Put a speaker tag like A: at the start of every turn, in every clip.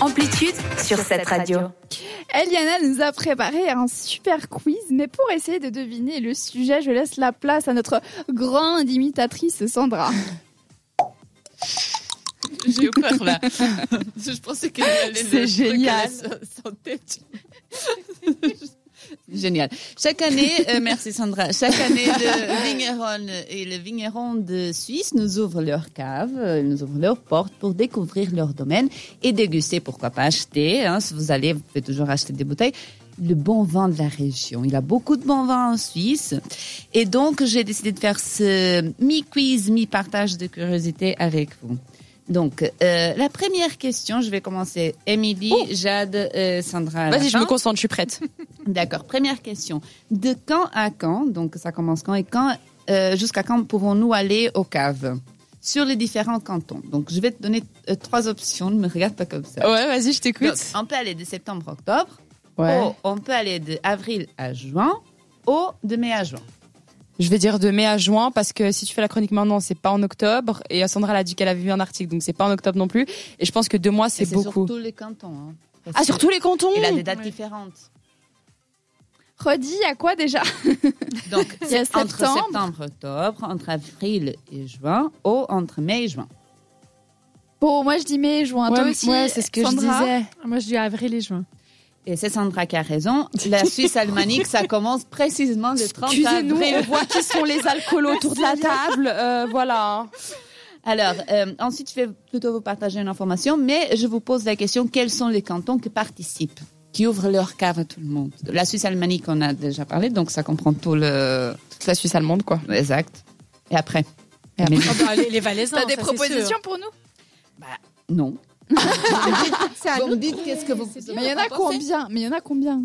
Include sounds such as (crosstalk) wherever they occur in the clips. A: Amplitude sur cette radio.
B: Eliana nous a préparé un super quiz, mais pour essayer de deviner le sujet, je laisse la place à notre grande imitatrice Sandra.
C: J'ai eu peur
D: (laughs)
C: là. je pensais que
D: C'est génial.
C: Sans tête.
D: Génial. Chaque année, euh, merci Sandra, chaque année, le vigneron et le vigneron de Suisse nous ouvrent leur cave, euh, ils nous ouvrent leurs portes pour découvrir leur domaine et déguster, pourquoi pas acheter. hein. si vous allez, vous pouvez toujours acheter des bouteilles. Le bon vin de la région. Il y a beaucoup de bon vin en Suisse. Et donc, j'ai décidé de faire ce mi-quiz, mi-partage de curiosité avec vous. Donc, euh, la première question, je vais commencer. Émilie, Jade, euh, Sandra. à la
C: Oh Vas-y, je
D: fin.
C: me concentre, je suis prête.
D: D'accord. Première question. De quand à quand, donc ça commence quand et quand, euh, jusqu'à quand pouvons-nous aller aux caves sur les différents cantons Donc je vais te donner euh, trois options, ne me regarde pas comme ça.
C: Ouais, vas-y, je
D: Donc,
C: t'écoute.
D: on peut aller de septembre à octobre,
C: Ouais.
D: ou on peut aller de avril à juin, ou de mai à juin.
C: Je vais dire de mai à juin parce que si tu fais la chronique maintenant, c'est pas en octobre. Et euh, Sandra, elle a dit qu'elle avait vu un article, donc c'est pas en octobre non plus. Et je pense que deux mois,
D: Et
C: c'est beaucoup.
D: sur tous les cantons. hein. Parce
C: Ah, sur
D: que-
C: tous les cantons
D: Il a des dates
C: Ouais. (laughs)
D: différentes.
B: Redis à quoi déjà
D: Donc,
B: Il y a
D: entre
B: septembre.
D: septembre, octobre, entre avril et juin, ou entre mai et juin.
B: Bon, moi je dis mai, juin, toi
E: Ouais,
B: aussi.
E: ouais, c'est ce que
B: Sandra.
E: je disais. Moi, je dis avril et juin.
D: Et c'est Sandra qui a raison. La Suisse almanique, ça commence précisément le 30
C: Excusez-nous,
D: avril.
C: on voit qui sont les alcoolos autour de la table. euh, voilà.
D: Alors, euh, ensuite, je vais plutôt vous partager une information, mais je vous pose la question quels sont les cantons qui participent, qui ouvrent leur cave à tout le monde La Suisse almanique, on a déjà parlé, donc ça comprend tout le.
C: Toute la Suisse allemande, quoi.
D: Exact. Et après
C: Et après
E: Ah bah, les, les Valaisans.
B: T'as des
E: ça, c'est sûr.
B: propositions pour nous
D: Non.
B: C'est à
D: Vous me
B: nous.
D: dites qu'est-ce que vous.
B: Mais il y en a combien Mais il y en a combien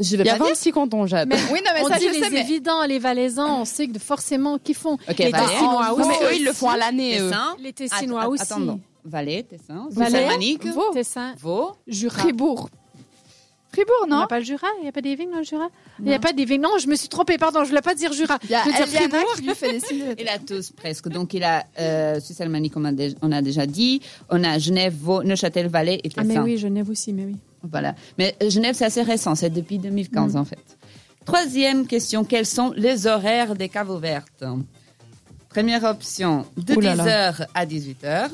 D: Je vais
C: Il y
D: pas
C: a
D: dire.
C: 26 cantons, Jade.
B: Mais oui, non mais
E: On
B: ça
E: dit
B: je
E: les
B: sais mais
E: évidents, les Valaisans, on sait que forcément qu'ils font.
D: Ok,
E: les
D: Valais.
E: Tessinois
C: Non,
E: aussi.
C: mais eux, ils le font à l'année, eux.
D: Tessin.
E: Les
D: Att-
E: Tessinois
D: att-
E: aussi.
D: Attendons. Valais, Tessin. Suisse
E: Valais.
D: almanique.
B: Vaud.
E: Tessin,
D: Vaud.
E: Jura.
B: Fribourg. Fribourg,
E: On
B: non
E: n'a pas le Jura Il n'y a pas des vignes dans le Jura Il n'y a pas des vignes. Non, je me suis trompée, pardon, je voulais pas dire Jura.
B: Il y a
E: Je veux dire
B: Eliana qui lui fait des signes. de la tête.
D: Il a tous presque. Donc il a euh, Suisse Almanique, on a, dé- on a déjà dit. On a Genève, Vaud, Neuchâtel, Valais et
E: Ah,
D: Tessin.
E: mais oui, Genève aussi, mais oui.
D: Voilà. Mais euh, Genève, c'est assez récent. C'est depuis 2015 en fait. Troisième question quels sont les horaires des caves ouvertes Première option de
C: Ouh là là.
D: 10h à 18h,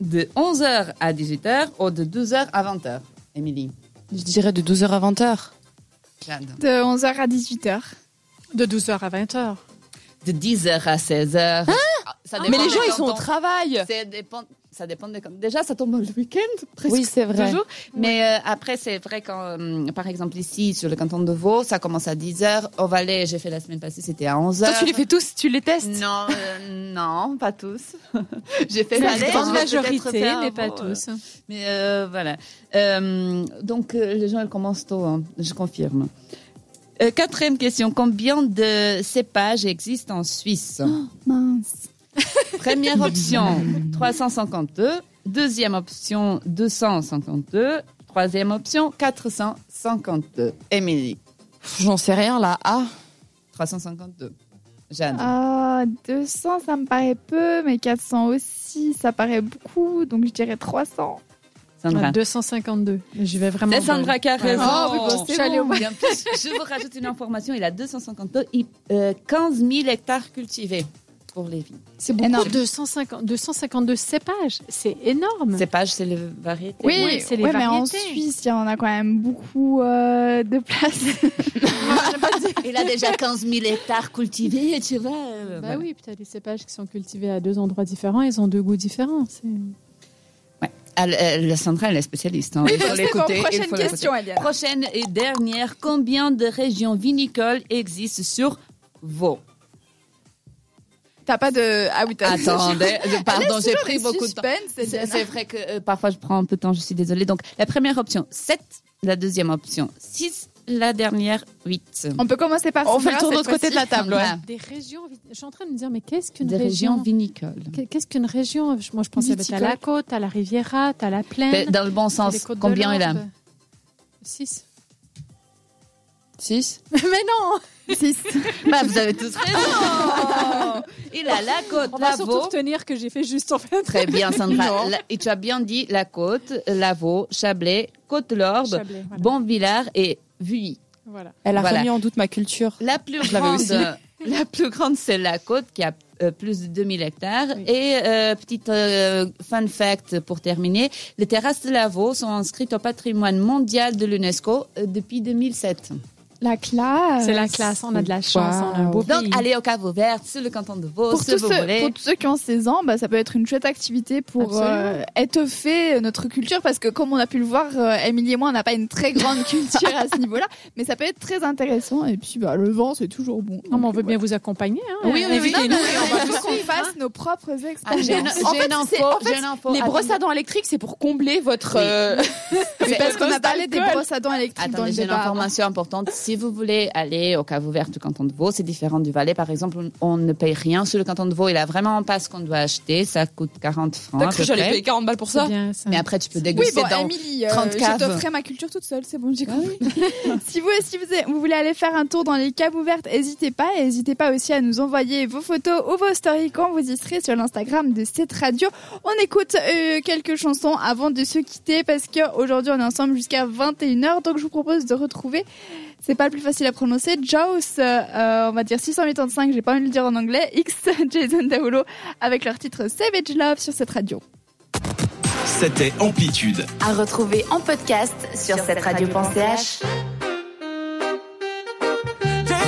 D: de 11h à 18h ou de 12h à 20h. Émilie.
C: Je dirais de 12h à 20h.
D: Jade.
B: De 11h à 18h.
E: De 12h à 20h.
D: De 10h à 16h. Ça
C: Ah, Mais
D: dépend
C: les
D: des
C: gens, ils sont au
D: cantons.
C: travail.
D: Ça dépend, ça dépend des cantons. Déjà, ça tombe le week-end, (laughs) presque.
C: Oui, c'est vrai.
D: Toujours. Mais euh, après, c'est vrai quand, euh, par exemple, ici, sur le canton de Vaud, ça commence à 10h. Au Valais, j'ai fait la semaine passée, c'était à 11h.
C: Toi, tu les fais tous, tu les testes.
D: Euh, Non, euh, non, pas tous. (laughs) j'ai fait
E: La
D: Valais.
E: grande
D: je vais peut-être
E: majorité,
D: faire
E: mais
D: un
E: pas
D: Vaud, euh,
E: tous.
D: Mais euh, voilà. Euh, donc, euh, les gens, ils commencent tôt, hein, je confirme. Euh, quatrième question. Combien de cépages existent en Suisse
B: Oh, Mince.
D: (laughs) Première option, 352. Deuxième option, 252. Troisième option, 452. Émilie,
C: Pff, J'en sais rien, là. Ah.
D: 352. Jeanne,
B: Ah, 200 ça me paraît peu, mais 400 aussi, ça paraît beaucoup, donc je dirais 300.
D: Sandra.
E: 252. J'y vais vraiment.
D: C'est Sandra qui a raison.
B: Ah oui, bah,
D: Je
B: c'est
D: suis allée
B: bon.
D: au- Et en plus, je vous rajoute une information, il a 252, il- euh, 15 000 hectares cultivés pour les vignes.
E: C'est
D: beaucoup. énorme.
E: 250, 252 cépages. C'est énorme.
D: Cépage, c'est les variétés.
B: Oui,
E: Ouais, c'est les
B: ouais, mais en
E: variétés.
B: Suisse, il y en a quand même beaucoup euh, de place.
D: (laughs) Il a déjà 15 000 hectares cultivés, tu vois. euh,
E: Bah
D: voilà.
E: oui, puis t'as des cépages qui sont cultivés à deux endroits différents, ils ont deux goûts différents. c'est-
D: Elle- elle- la Sandra, elle est spécialiste. (laughs) hein. Il faut
B: C'est (laughs) bon,
D: l'écouter, il
B: prochaine
D: faut l'écouter.
B: question, Eliane.
D: Prochaine et dernière, combien de régions vinicoles existent sur Vaud
B: T'as pas de. Ah oui, t'as
D: Attendez, je- pardon, j'ai pris
B: Pris
D: beaucoup de temps. C'est c'est vrai que euh, parfois je prends un peu de temps, je suis désolée. Donc la première option, 7, la deuxième option, 6, la dernière, 8.
B: On peut commencer par
C: On fait
B: Sandra
C: le tour de
B: cette
C: l'autre côté de la table, ouais.
D: Voilà.
E: Des régions. vit- Je suis en train de me dire, mais qu'est-ce qu'une
D: Ah. Des régions
E: région
D: vinicoles.
E: Qu'est- Qu'est-ce qu'une région Je- Moi, je pensais que à la côte, à la Riviera, à
D: Bah,
E: la plaine.
D: Ben, Dans le bon
E: t'as les
D: sens,
E: Côtes de
D: combien il a
E: l'Orbe. Six.
C: 6.
E: (laughs) Mais non
B: Six.
D: Bah, vous avez tous
B: (laughs)
D: raison. Il a la côte,
E: On va
D: la
E: surtout
D: veau.
E: retenir que j'ai fait juste en fait.
D: Très bien, Sandra.
E: Non.
D: La- Et tu as bien dit la côte, la veau, Chablais, Côte-Lorbe,
E: Chablais, voilà.
D: Bonvillard et Vuilly.
E: Voilà.
C: Elle a
D: Voilà.
C: remis en doute ma culture.
D: La plus
C: Je l'avais
D: grande,
C: aussi.
D: (laughs) la plus grande, c'est la côte qui a euh, plus de 2000 hectares. Et euh, petite euh, fun fact pour terminer, les terrasses de la Vaux sont inscrites au patrimoine mondial de l'UNESCO euh, depuis 2007.
B: La classe.
E: C'est la classe, on a de la chance, on a un beau
D: Donc
E: pays.
D: allez au Cave Vert, c'est le canton de Vaud,
B: Pour
D: si
B: tous,
D: vous
B: ceux,
D: voulez.
B: pour tous ceux qui ont 16 ans, bah, ça peut être une chouette activité pour
E: Absolument.
B: euh, étoffer notre culture parce que comme on a pu le voir, euh, Émilie et moi, on n'a pas une très
D: (laughs)
B: grande culture à ce niveau-là, mais ça peut être très intéressant et puis bah, le vent, c'est toujours bon. Euh,
E: Non, mais on
B: Donc,
E: veut
B: ouais.
E: bien vous accompagner. hein.
D: Oui, oui, oui.
E: Invitez-nous.
D: Non, mais-
B: Il faut qu'on fasse nos propres
D: Ah, j'ai une,
B: expériences.
D: j'ai une info, j'ai une info.
C: Les brosses à dents électriques, c'est pour combler votre.
D: Oui.
C: euh,
D: (laughs)
B: C'est parce qu'on a parlé des
C: d'alcool.
B: brosses à dents électriques dans
D: Attendez,
B: le
D: j'ai une
B: débat.
D: information importante. Si vous voulez aller au cave ouvert du canton de Vaud, c'est différent du Valais. Par exemple, on- on ne paye rien sur le canton de Vaud. Il a vraiment pas ce qu'on doit acheter. Ça coûte 40 francs.
C: T'as
D: à
C: cru
D: peu
C: que j'allais
D: près.
C: payer 40 balles pour
E: C'est
C: ça
E: bien, ça.
D: Mais après, tu peux
B: Oui,
D: déguster
B: bon,
D: dans
B: Émilie, euh,
D: 30
B: je
D: caves. Ah
B: t'offrais ma culture toute seule, c'est bon, j'ai compris. (laughs) si vous aussi vous, vous voulez aller faire un tour dans les caves ouvertes, n'hésitez pas. Et n'hésitez pas aussi à nous envoyer vos photos ou vos stories quand vous y serez sur l'Instagram de cette radio. On écoute euh, quelques chansons avant de se quitter parce qu'aujourd'hui on est ensemble jusqu'à 21h. Donc je vous propose de retrouver, c'est pas le plus facile à prononcer, Jaws, euh, euh, on va dire 685, j'ai pas envie de le dire en anglais, X (laughs) Jason Derulo avec leur titre Savage Love sur cette radio.
F: C'était Amplitude.
A: À retrouver en podcast sur cette radio.ch.